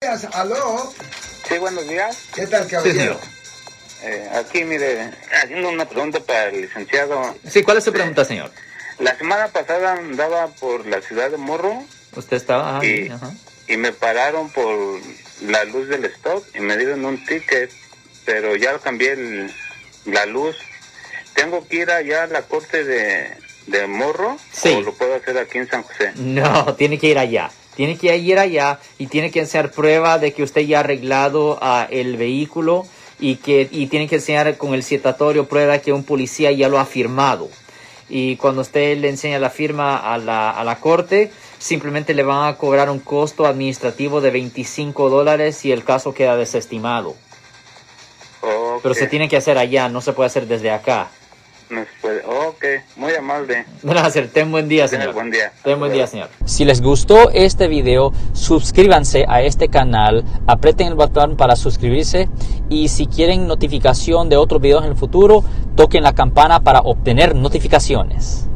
días, aló. Sí, buenos días. ¿Qué tal, caballero? Eh, aquí, mire, haciendo una pregunta para el licenciado. Sí, ¿cuál es su pregunta, señor? La semana pasada andaba por la ciudad de Morro Usted estaba... ah, Sí. ajá. y me pararon por la luz del stop y me dieron un ticket, pero ya cambié el- la luz. ¿Tengo que ir allá a la corte de, de Morro Sí. o lo puedo hacer aquí en San José? No, tiene que ir allá. Tiene que ir allá y tiene que hacer prueba de que usted ya ha arreglado ah, el vehículo y que y tiene que enseñar con el citatorio prueba que un policía ya lo ha firmado. Y cuando usted le enseña la firma a la, a la corte, simplemente le van a cobrar un costo administrativo de 25 dólares y el caso queda desestimado. Ok. Pero se tiene que hacer allá, no se puede hacer desde acá. No se puede. Ok, muy amable. Gracias, ten buen día, Tenga señor. buen día. Ten buen día, señor. Si les gustó este video, suscríbanse a este canal, aprieten el botón para suscribirse y si quieren notificación de otros videos en el futuro, toquen la campana para obtener notificaciones.